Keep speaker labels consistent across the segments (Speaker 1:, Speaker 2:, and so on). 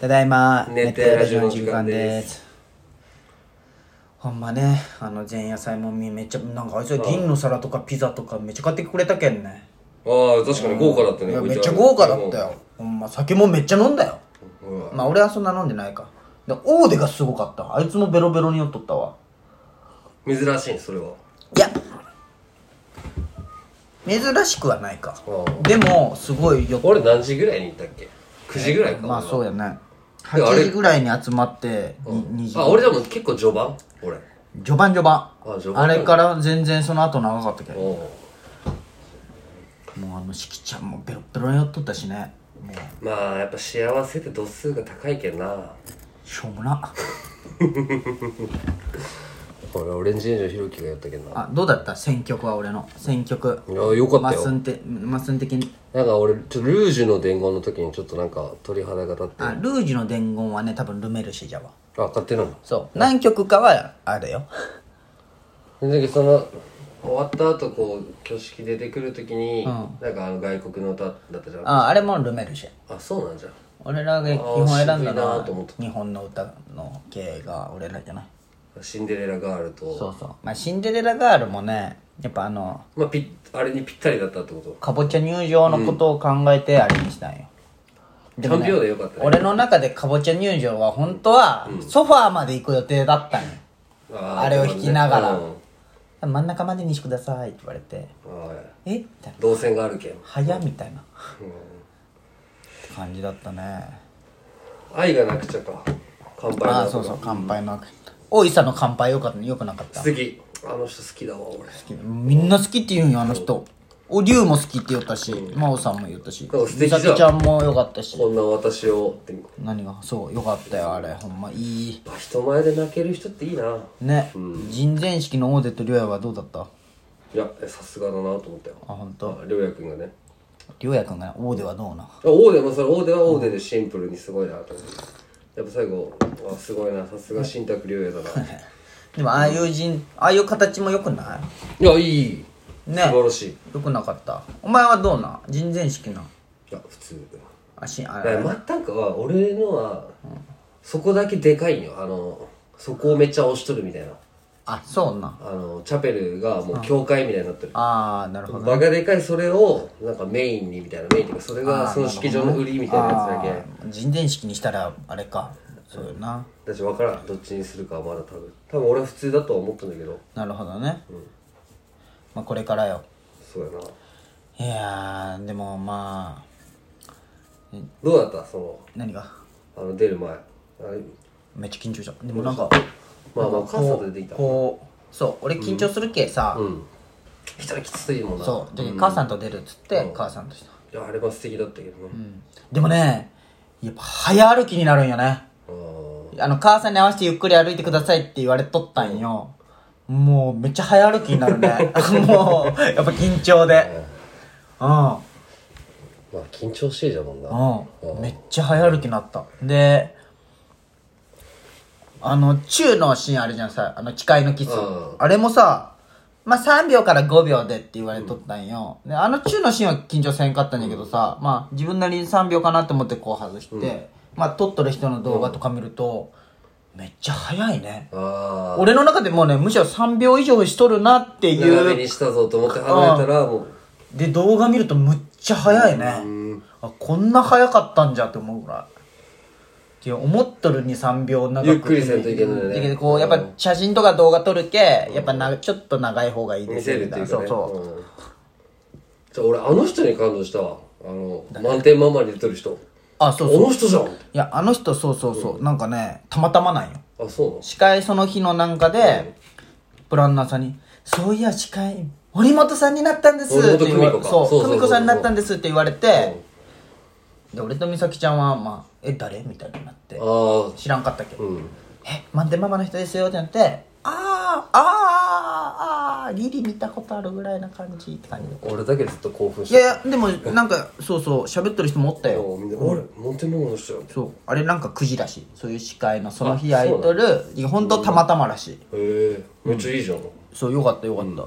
Speaker 1: ただいま
Speaker 2: 寝てラジオの時間です
Speaker 1: ほんまねあの前夜祭もみめっちゃなんかあいつら銀の皿とかピザとかめっちゃ買ってくれたけんね
Speaker 2: ああ確かに豪華だった
Speaker 1: い
Speaker 2: ね
Speaker 1: や
Speaker 2: こい
Speaker 1: めっ
Speaker 2: つ
Speaker 1: ちゃ
Speaker 2: ら
Speaker 1: 豪華だったよほんま酒もめっちゃ飲んだよ
Speaker 2: うわ
Speaker 1: まあ俺はそんな飲んでないかでオーデがすごかったあいつもベロベロに酔っとったわ
Speaker 2: 珍しいねそれはい
Speaker 1: や珍しくはないか
Speaker 2: あ
Speaker 1: でもすごい酔っ
Speaker 2: 俺何時ぐらいに行ったっけ9時ぐらいか
Speaker 1: まあそう
Speaker 2: や
Speaker 1: やね
Speaker 2: であれ
Speaker 1: 8時ぐらいに集まってに2時
Speaker 2: あ俺でも結構序盤俺
Speaker 1: 序盤序盤
Speaker 2: あ序盤
Speaker 1: あれから全然その後長かったけど
Speaker 2: おう
Speaker 1: もうあのしきちゃんもベロッベロに酔っとったしねもう
Speaker 2: まあやっぱ幸せって度数が高いけんな
Speaker 1: しょうもな
Speaker 2: これオレンジレンジのひろきがやったけんな
Speaker 1: あどうだった選曲は俺の選曲
Speaker 2: いやよかっ
Speaker 1: マ
Speaker 2: た
Speaker 1: ス
Speaker 2: よ
Speaker 1: ンてマスン的に
Speaker 2: なんか俺ちょっとルージュの伝言の時にちょっとなんか鳥肌が立って
Speaker 1: あルージュの伝言はね多分ルメルシェじゃわ
Speaker 2: あ勝手なの
Speaker 1: そう何曲かはあれよ
Speaker 2: その時その終わった後こう挙式出てくる時に、
Speaker 1: ん
Speaker 2: なんかあの外国の歌だったじゃんあ
Speaker 1: ああれもルメルシェ
Speaker 2: そうなんじゃん
Speaker 1: 俺らが基本選んだの
Speaker 2: あー渋いな
Speaker 1: は
Speaker 2: と思って
Speaker 1: 日本の歌の系が俺らじゃない
Speaker 2: シンデレラガールと
Speaker 1: そうそうまあシンデレラガールもねやっぱあの
Speaker 2: まあ、ぴっあれにぴったりだったってこと
Speaker 1: かぼちゃ入場のことを考えてあれにしたんよ、
Speaker 2: チャンピオンでよかったね
Speaker 1: 俺の中でかぼちゃ入場は本当はソファーまで行く予定だったんよ、
Speaker 2: あー
Speaker 1: あれを弾きながら
Speaker 2: うん
Speaker 1: 真ん中までにしてくださいって言われて
Speaker 2: はい
Speaker 1: えみたいな
Speaker 2: 動線があるけん
Speaker 1: 早っみたいな、って感じだったね
Speaker 2: 愛がなくちゃか乾杯
Speaker 1: あ
Speaker 2: の
Speaker 1: あ
Speaker 2: 後
Speaker 1: そう
Speaker 2: が
Speaker 1: そう乾杯の大井さんの乾杯よかったよくなかった
Speaker 2: 好きあの人好きだわ俺
Speaker 1: みんな好きって言うんよあの人お龍も好きって言ったし真央さんも言ったし
Speaker 2: そう素
Speaker 1: 美
Speaker 2: 敵じゃん
Speaker 1: 咲ちゃんもよかったし
Speaker 2: こんな私をって
Speaker 1: 何がそうよかったよあれほんまいい
Speaker 2: 人前で泣ける人っていいな
Speaker 1: ね、人前式のオーデとリョヤはどうだったあ
Speaker 2: いやさすがだなと思ったよ
Speaker 1: 本当。
Speaker 2: りょうやくんがね
Speaker 1: リョヤくんがねオーデはどうな
Speaker 2: あオーデもそれオーデはオーデでシンプルにすごいなと思ってやっぱ最後あすごいなさすが新宅りょうやだな
Speaker 1: でもああいう人ああいう形もよく ない
Speaker 2: やいい
Speaker 1: いね
Speaker 2: 素晴らしいい
Speaker 1: よくなかったお前はどうな人前式な
Speaker 2: や普通
Speaker 1: あしあ
Speaker 2: だから
Speaker 1: れ
Speaker 2: 全くは俺のはそこだけでかいんよあのそこをめっちゃ押しとるみたいな
Speaker 1: あそうな
Speaker 2: あのチャペルがもう教会みたいになってる
Speaker 1: ああなるほど
Speaker 2: 場がでかいそれをなんかメインにみたいなメインっていうかそれがその式場の売りみたいなやつだけ
Speaker 1: 人前式にしたらあれかそうよな
Speaker 2: 私分からんどっちにするかはまだ多分多分俺は普通だとは思ったんだけど
Speaker 1: なるほどね、まあこれからよ
Speaker 2: そうやない
Speaker 1: やーでもまあえ
Speaker 2: どうだったその
Speaker 1: 何が
Speaker 2: あの出る前あれ
Speaker 1: めっちゃ緊張したでもなんか
Speaker 2: まあま
Speaker 1: こ
Speaker 2: あ
Speaker 1: う
Speaker 2: 母さんと出てきた
Speaker 1: こうそう俺緊張するけさ、
Speaker 2: うん一人きついもんな
Speaker 1: そうで、母さんと出るっつって、母さんとした
Speaker 2: いやあれは素敵だったけどね、
Speaker 1: でもねやっぱ早歩きになるんよね
Speaker 2: あー
Speaker 1: あの母さんに合わせてゆっくり歩いてくださいって言われとったんよもうめっちゃ早歩きにな るねもうやっぱ緊張でうん
Speaker 2: まあ緊張してじゃもんな
Speaker 1: うん、めっちゃ早歩きになったであの中のシーンあるじゃんさあの誓いのキス、
Speaker 2: うん
Speaker 1: あれもさまあ3秒から5秒でって言われとったんよ、であの中のシーンは緊張せんかったんやけどさ、まあ自分なりに3秒かなと思ってこう外して、まあ撮っとる人の動画とか見ると、めっちゃ早いね
Speaker 2: ああ
Speaker 1: 俺の中でもうねむしろ3秒以上しとるなって
Speaker 2: 斜め
Speaker 1: いう
Speaker 2: にしたぞと思って離れたらもう
Speaker 1: で動画見るとむっちゃ早いねあこんな早かったんじゃって思うぐらいって思っとる23秒長く
Speaker 2: ゆっくりせんといけないね
Speaker 1: だけどこうやっぱ写真とか動画撮るけやっぱなちょっと長い方がいいで
Speaker 2: 見
Speaker 1: す
Speaker 2: せ
Speaker 1: よ
Speaker 2: るっ
Speaker 1: み
Speaker 2: て
Speaker 1: たい
Speaker 2: い
Speaker 1: な
Speaker 2: うか
Speaker 1: そ
Speaker 2: ね
Speaker 1: うそう
Speaker 2: うんじゃあ俺あの人に感動したわあの満点満々に出てる人
Speaker 1: あそう
Speaker 2: あ
Speaker 1: そう
Speaker 2: の人じゃん
Speaker 1: いやあの人そうそうそうなんかねたまたまなんよ
Speaker 2: あそうなの
Speaker 1: 司会その日のなんかでプランナーさんに「そういや司会森本さんになったんです」
Speaker 2: 森本
Speaker 1: って言われ
Speaker 2: 久美子か
Speaker 1: そう
Speaker 2: そうそうそう
Speaker 1: 久美子さんになったんですって言われてで俺と美咲ちゃんは「まあえ誰?」みたいになって
Speaker 2: あ
Speaker 1: 知らんかったっけ、
Speaker 2: あうん
Speaker 1: えマンデママの人ですよってなってあーあーあーあーリリ見たことあるぐらいな感じって感じ
Speaker 2: 俺だけずっと興奮し
Speaker 1: い
Speaker 2: て
Speaker 1: やいやでもなんかそうそう喋ってる人もおった
Speaker 2: た
Speaker 1: よ
Speaker 2: もうみんな俺満点満々の人じゃんへ
Speaker 1: そうあれなんか9時らしいそういう司会のその日空いとるいや本当たまたまらしい
Speaker 2: えめっちゃいいじゃん
Speaker 1: そうよかったよかった、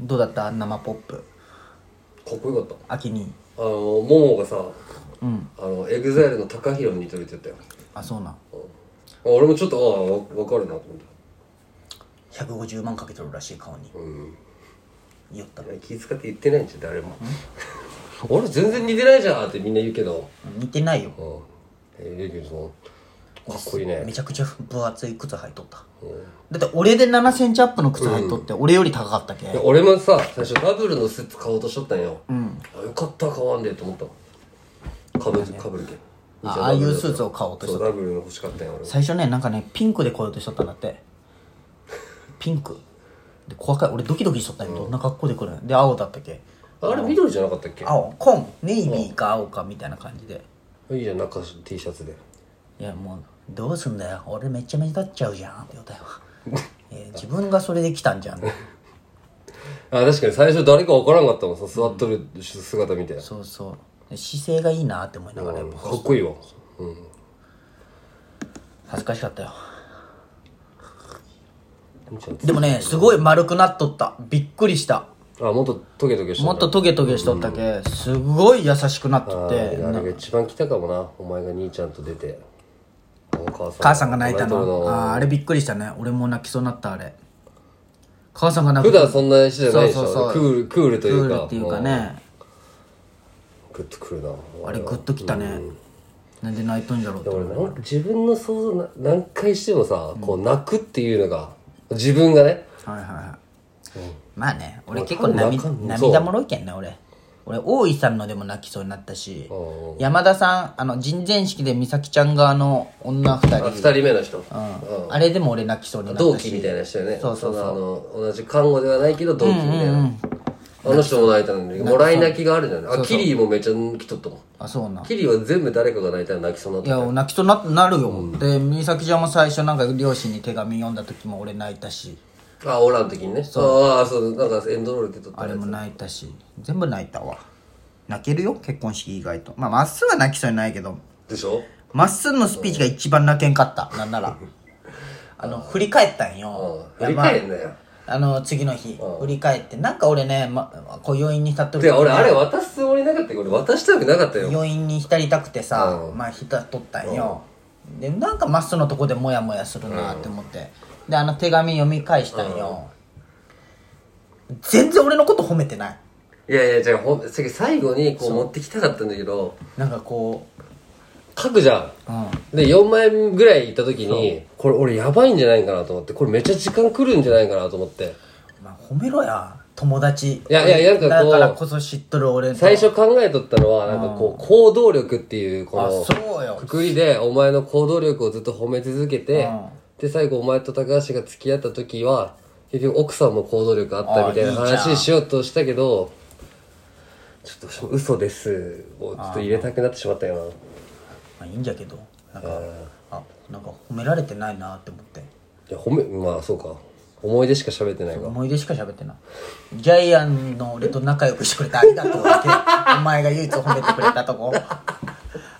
Speaker 1: どうだった生ポップ
Speaker 2: かっこよかった
Speaker 1: 秋に
Speaker 2: あのももがさあのエグザイルの高弘に似てるって言ったよ
Speaker 1: あそうなん
Speaker 2: あ俺もちょっとああわ分かるなと思っ
Speaker 1: 150万かけてるらしい顔に
Speaker 2: たうん
Speaker 1: 酔った
Speaker 2: いや気遣って言ってないんじゃん誰も 俺全然似てないじゃんってみんな言うけど
Speaker 1: 似てないよ
Speaker 2: うんええけどかっこいいね
Speaker 1: めちゃくちゃ分厚い靴履いとった
Speaker 2: うん
Speaker 1: だって俺で7センチアップの靴履いとって俺より高かったけ、
Speaker 2: いや俺もさ最初ダブルのスーツ買おうとしとったんよ、あよかった買わんでと思ったかぶかぶるけん
Speaker 1: あああいうスーツを買おうとしと
Speaker 2: そうダブルの欲しかったんよ俺も
Speaker 1: 最初ねなんかねピンクで来ようとしとったんだってピンクで怖かい俺ドキドキしとったよどんな格好で来るんで青だったっけ
Speaker 2: あれ緑じゃなかったっけ
Speaker 1: 青紺ネイビーか青かみたいな感じで
Speaker 2: いいじゃん中 T シャツで
Speaker 1: いやもうどうすんだよ俺めっちゃ目立っちゃうじゃんって言うた よえー自分がそれで来たんじゃん
Speaker 2: あ確かに最初誰か分からんかったもんさ座っとる姿見て、う
Speaker 1: そうそう姿勢がいいなって思いながらやっ
Speaker 2: ん
Speaker 1: ぱ
Speaker 2: かっこいいわうん
Speaker 1: 恥ずかしかったよ
Speaker 2: みーちゃん
Speaker 1: でもねすごい丸くなっとったびっくりした
Speaker 2: あもっとトゲトゲして
Speaker 1: もっとトゲトゲしとったけすごい優しくなっと
Speaker 2: あ
Speaker 1: って
Speaker 2: ーあれが一番来たかもなお前が兄ちゃんと出てお母さん
Speaker 1: 母さんが泣いた
Speaker 2: お前と
Speaker 1: のあーあれびっくりしたね俺も泣きそうになったあれ母さんが泣
Speaker 2: 普
Speaker 1: くと
Speaker 2: 段そんな人じゃないでしょ
Speaker 1: そうそうそう
Speaker 2: クールクール
Speaker 1: ク
Speaker 2: というか
Speaker 1: ールっていうかね
Speaker 2: グッとくるな
Speaker 1: あ
Speaker 2: 俺
Speaker 1: れ
Speaker 2: は
Speaker 1: グッときたねなんで泣いとんじゃろうって
Speaker 2: 俺なん自分の想像な何回してもさ、こう泣くっていうのが自分がね
Speaker 1: はいはいはい、まあね俺結構涙
Speaker 2: 多分泣かん
Speaker 1: 涙もろいけんな俺俺大井さんのでも泣きそうになったし
Speaker 2: う
Speaker 1: 山田さんあの人前式で美咲ちゃん側の女二
Speaker 2: あ
Speaker 1: 人
Speaker 2: 二人目の人、
Speaker 1: うんあれでも俺泣きそうになったし
Speaker 2: 同期みたいな人よね
Speaker 1: そうそうそう
Speaker 2: のあの同じ看護ではないけど同期みたいな、あの人も泣いたのにもらい泣きがあるじゃないあキリーもめっちゃ来とったもん
Speaker 1: あそうな
Speaker 2: キリーは全部誰かが泣いたら泣きそうになっ
Speaker 1: い
Speaker 2: た
Speaker 1: や泣きそうにななるよ、で美咲ちゃんも最初なんか両親に手紙読んだ時も俺泣いたし
Speaker 2: あオーラの時にねああそうなんかエンドロールで撮った
Speaker 1: あ
Speaker 2: や
Speaker 1: れ
Speaker 2: つ
Speaker 1: も泣いたし全部泣いたわ泣けるよ結婚式以外とまあまっすぐは泣きそうにないけど
Speaker 2: でしょ
Speaker 1: まっすぐのスピーチが一番泣けんかったなんな らあの振り返ったんよ
Speaker 2: うん振り返んなよ
Speaker 1: あの次の日振り返ってなんか俺ね、ま、こう余韻に浸っとる
Speaker 2: で俺あれ渡すつもりなかったけど俺渡したくなかったよ
Speaker 1: 余韻に浸りたくてさ、
Speaker 2: うん
Speaker 1: まあ浸っとったんよ、でなんかまっすぐのとこでモヤモヤするなって思って、であの手紙読み返したんよ、全然俺のこと褒めてない
Speaker 2: いやいやじゃあほんせ最後にこう持ってきたかったんだけど
Speaker 1: なんかこ
Speaker 2: 書くじゃん
Speaker 1: ううん
Speaker 2: で4枚ぐらい行った時にこれ俺やばいんじゃないかなと思ってこれめっちゃ時間来るんじゃないかなと思って
Speaker 1: まあ、褒めろや友達
Speaker 2: いやいやなんかこう
Speaker 1: だからこそ知っとる俺の
Speaker 2: 最初考えとったのはなんかこう行動力っていうこ
Speaker 1: あ
Speaker 2: の
Speaker 1: そうよ
Speaker 2: くくりでお前の行動力をずっと褒め続けて、
Speaker 1: うん
Speaker 2: で最後お前と高橋が付き合った時は結局奥さんも行動力あったみたい
Speaker 1: あ
Speaker 2: な
Speaker 1: いいじゃん
Speaker 2: 話しようとしたけどちょっと嘘ですをちょっと入れたくなってしまったよ
Speaker 1: まあ、いいんじゃけどなんか、あなんか褒められてないなって思って
Speaker 2: ないや褒めまあそうか思い出しか喋ってないが
Speaker 1: 思い出しか喋ってないジャイアンの俺と仲良くしてくれてありがとう だけお前が唯一褒めてくれたとこ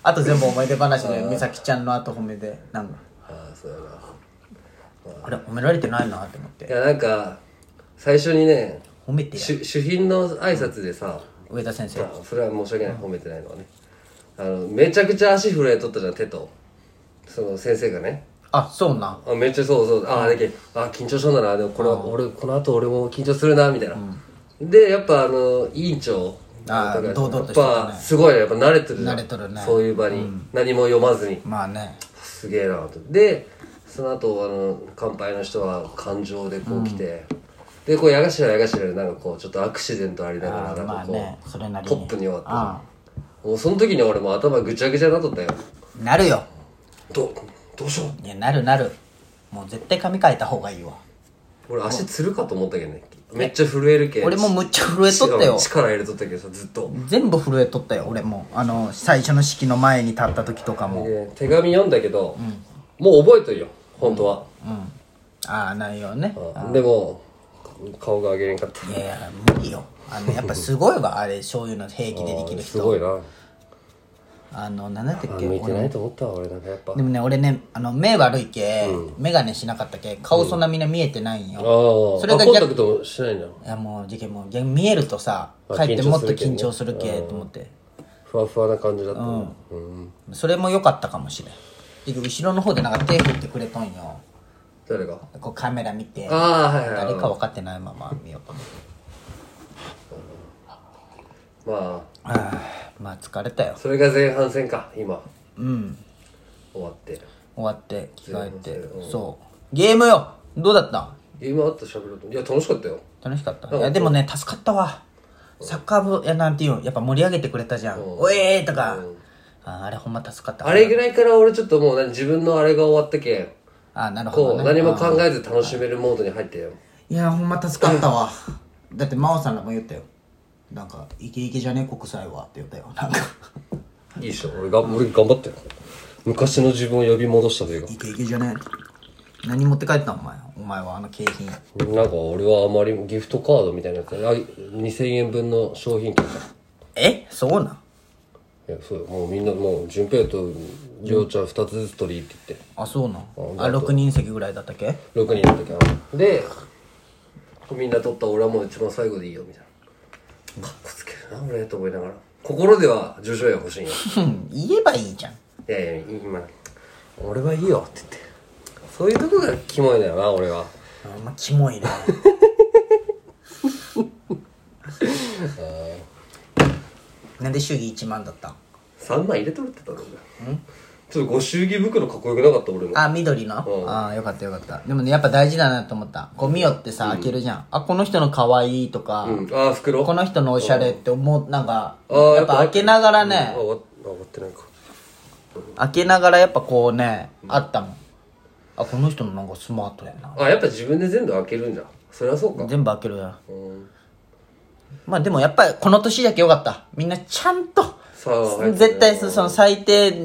Speaker 1: あと全部思い出話で美咲ちゃんの後褒めでなんか
Speaker 2: ああそうやな
Speaker 1: あれ褒められてないなって思っ
Speaker 2: い
Speaker 1: て
Speaker 2: やなんか最初にね
Speaker 1: 褒めてや
Speaker 2: 主主賓の挨拶でさ、
Speaker 1: 上田先生
Speaker 2: あそれは申し訳ない褒めてないのはねあのめちゃくちゃ足震えとったじゃん手とその先生がね
Speaker 1: あそうな
Speaker 2: あめっちゃそうそうああだけあ緊張しそうだなでもこれは俺この後俺も緊張するなみたいな、でやっぱあの委員長
Speaker 1: あー堂々としてたね
Speaker 2: やっぱすごいねやっぱ慣れてるじゃ
Speaker 1: 慣
Speaker 2: ん
Speaker 1: れとるね
Speaker 2: そういう場に、何も読まずに
Speaker 1: まあね
Speaker 2: すげえなとでその後あの乾杯の人は感情でこう来て、でこうやがしらやがしらでなんかこうちょっとアクシデントありなが
Speaker 1: あー
Speaker 2: らなん
Speaker 1: ま
Speaker 2: か
Speaker 1: あ
Speaker 2: こう、
Speaker 1: ねそれなりに
Speaker 2: ポップに終わったじゃん
Speaker 1: あ
Speaker 2: もうその時に俺もう頭ぐちゃぐちゃになっとったよ
Speaker 1: あなるよ
Speaker 2: どどうしよう
Speaker 1: いやなるなるもう絶対髪変えた方がいいわ
Speaker 2: 俺足つるかと思ったけどねめっちゃ震えるけん
Speaker 1: 俺もむっちゃ震えとったよ
Speaker 2: しかも力入れとったけどさずっと、
Speaker 1: 全部震えとったよ俺もあの最初の式の前に立った時とかも
Speaker 2: で手紙読んだけど、もう覚えとるよ本当は、
Speaker 1: うんああ内容ね
Speaker 2: うんでも顔が上げれんかった
Speaker 1: いやいや無理よあのやっぱすごいわあれ醤油の兵器でで きる
Speaker 2: す
Speaker 1: 人
Speaker 2: ごいな
Speaker 1: あのなんだった
Speaker 2: あ
Speaker 1: っけ
Speaker 2: 向いて
Speaker 1: 俺
Speaker 2: ないと思ったわ俺なんかやっぱ
Speaker 1: でもね俺ねあの目悪いけ、眼鏡しなかったけ顔そんなみんな見えてないんよ、
Speaker 2: ああ
Speaker 1: それが
Speaker 2: あコン
Speaker 1: 逆
Speaker 2: タクトもしないんだ
Speaker 1: いやもう事件もう見えるとさ
Speaker 2: あ
Speaker 1: 帰ってもっと
Speaker 2: 緊
Speaker 1: 緊
Speaker 2: 張
Speaker 1: 張
Speaker 2: す
Speaker 1: す
Speaker 2: る
Speaker 1: る
Speaker 2: け
Speaker 1: け
Speaker 2: んね
Speaker 1: と思って
Speaker 2: ふわふわな感じだったのうん
Speaker 1: それも良かったかもしれん結局後ろの方でなんか手振ってくれとんよ
Speaker 2: 誰が
Speaker 1: こうカメラ見て
Speaker 2: ああはいはい
Speaker 1: 誰か分かってないまま見ようと思って
Speaker 2: ま
Speaker 1: ああまあ疲れたよ
Speaker 2: あそれが前半戦か今
Speaker 1: うん
Speaker 2: 終わって
Speaker 1: 終わって着替えて
Speaker 2: 全然
Speaker 1: そうゲームよどうだった
Speaker 2: 今あった喋るといや楽しかったよ
Speaker 1: 楽しかったいやでもね助かったわサッカー部やなんていうのやっぱ盛り上げてくれたじゃん「おえー!」とかあーあれほんま助かった
Speaker 2: あれぐらいから俺ちょっともうな自分のあれが終わったけん
Speaker 1: あーなるほ
Speaker 2: こ
Speaker 1: ど
Speaker 2: う
Speaker 1: ね
Speaker 2: 何も考えず楽しめるモードに入ってよ
Speaker 1: いやほんま助かったわだって真央さんらも言ったよなんか「イケイケじゃね国際は」って言ったよなんか
Speaker 2: いいっしょ俺が俺頑張ってる昔の自分を呼び戻したというか
Speaker 1: イケイケじゃねえ何持って帰ったんお前お前はあの景品
Speaker 2: なんか俺はあまりギフトカードみたいなやつあ2000円分の商品券か
Speaker 1: えそうなん
Speaker 2: いやそうよもうみんなもう順平とりょうちゃん2つずつ取りって言って
Speaker 1: あそうなんあ6人席ぐらいだったっけ
Speaker 2: 6人の時はでみんな取った俺はもう一番最後でいいよみたいなかっこつけるな俺と思いながら心では叙々苑欲しいんよ
Speaker 1: うん言えばいいじゃん
Speaker 2: いやいや今俺はいいよって言ってそういうとこがキモいんだよな俺は
Speaker 1: あんまキモいねなんで祝儀1万だった
Speaker 2: 3枚入れとるってたの俺ちょっとご祝儀袋かっこよくなかった俺の
Speaker 1: あ緑の、
Speaker 2: うん
Speaker 1: ああよかったよかったでもねやっぱ大事だなと思ったゴミよってさ、開けるじゃんあこの人の可愛いとか、
Speaker 2: うんああ袋
Speaker 1: この人のおしゃれって思うなんか
Speaker 2: あー
Speaker 1: やっぱ開けながらね
Speaker 2: あ、終わあ終わってないか
Speaker 1: 開けながらやっぱこうね、あったもんあこの人のなんかスマートやな
Speaker 2: あやっぱ自分で全部開けるんじゃんそりゃそうか
Speaker 1: 全部開けるやん
Speaker 2: うん
Speaker 1: まあでもやっぱりこの年だけよかったみんなちゃんと
Speaker 2: さあ
Speaker 1: 絶対その最低